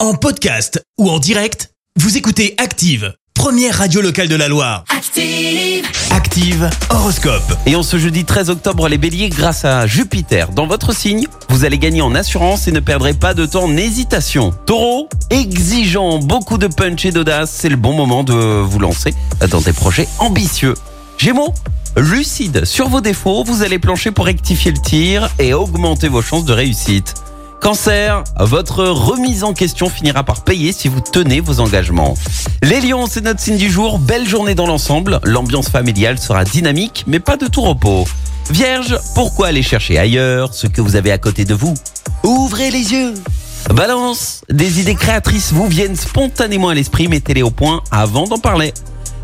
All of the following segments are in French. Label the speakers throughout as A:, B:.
A: En podcast ou en direct, vous écoutez Active, première radio locale de la Loire.
B: Active.
A: Active Horoscope.
C: Et en ce jeudi 13 octobre, les béliers, grâce à Jupiter dans votre signe, vous allez gagner en assurance et ne perdrez pas de temps en hésitation. Taureau, exigeant, beaucoup de punch et d'audace, c'est le bon moment de vous lancer dans des projets ambitieux. Gémeaux, lucide sur vos défauts, vous allez plancher pour rectifier le tir et augmenter vos chances de réussite. Cancer, votre remise en question finira par payer si vous tenez vos engagements. Les lions, c'est notre signe du jour. Belle journée dans l'ensemble. L'ambiance familiale sera dynamique, mais pas de tout repos. Vierge, pourquoi aller chercher ailleurs ce que vous avez à côté de vous Ouvrez les yeux Balance, des idées créatrices vous viennent spontanément à l'esprit, mettez-les au point avant d'en parler.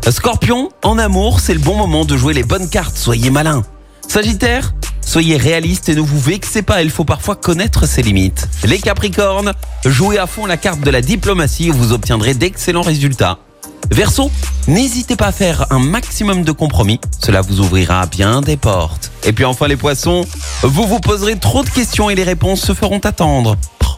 C: Scorpion, en amour, c'est le bon moment de jouer les bonnes cartes, soyez malin. Sagittaire, soyez réaliste et ne vous vexez pas, il faut parfois connaître ses limites. Les Capricornes, jouez à fond la carte de la diplomatie et vous obtiendrez d'excellents résultats. Verseau, n'hésitez pas à faire un maximum de compromis, cela vous ouvrira bien des portes. Et puis enfin les poissons, vous vous poserez trop de questions et les réponses se feront attendre.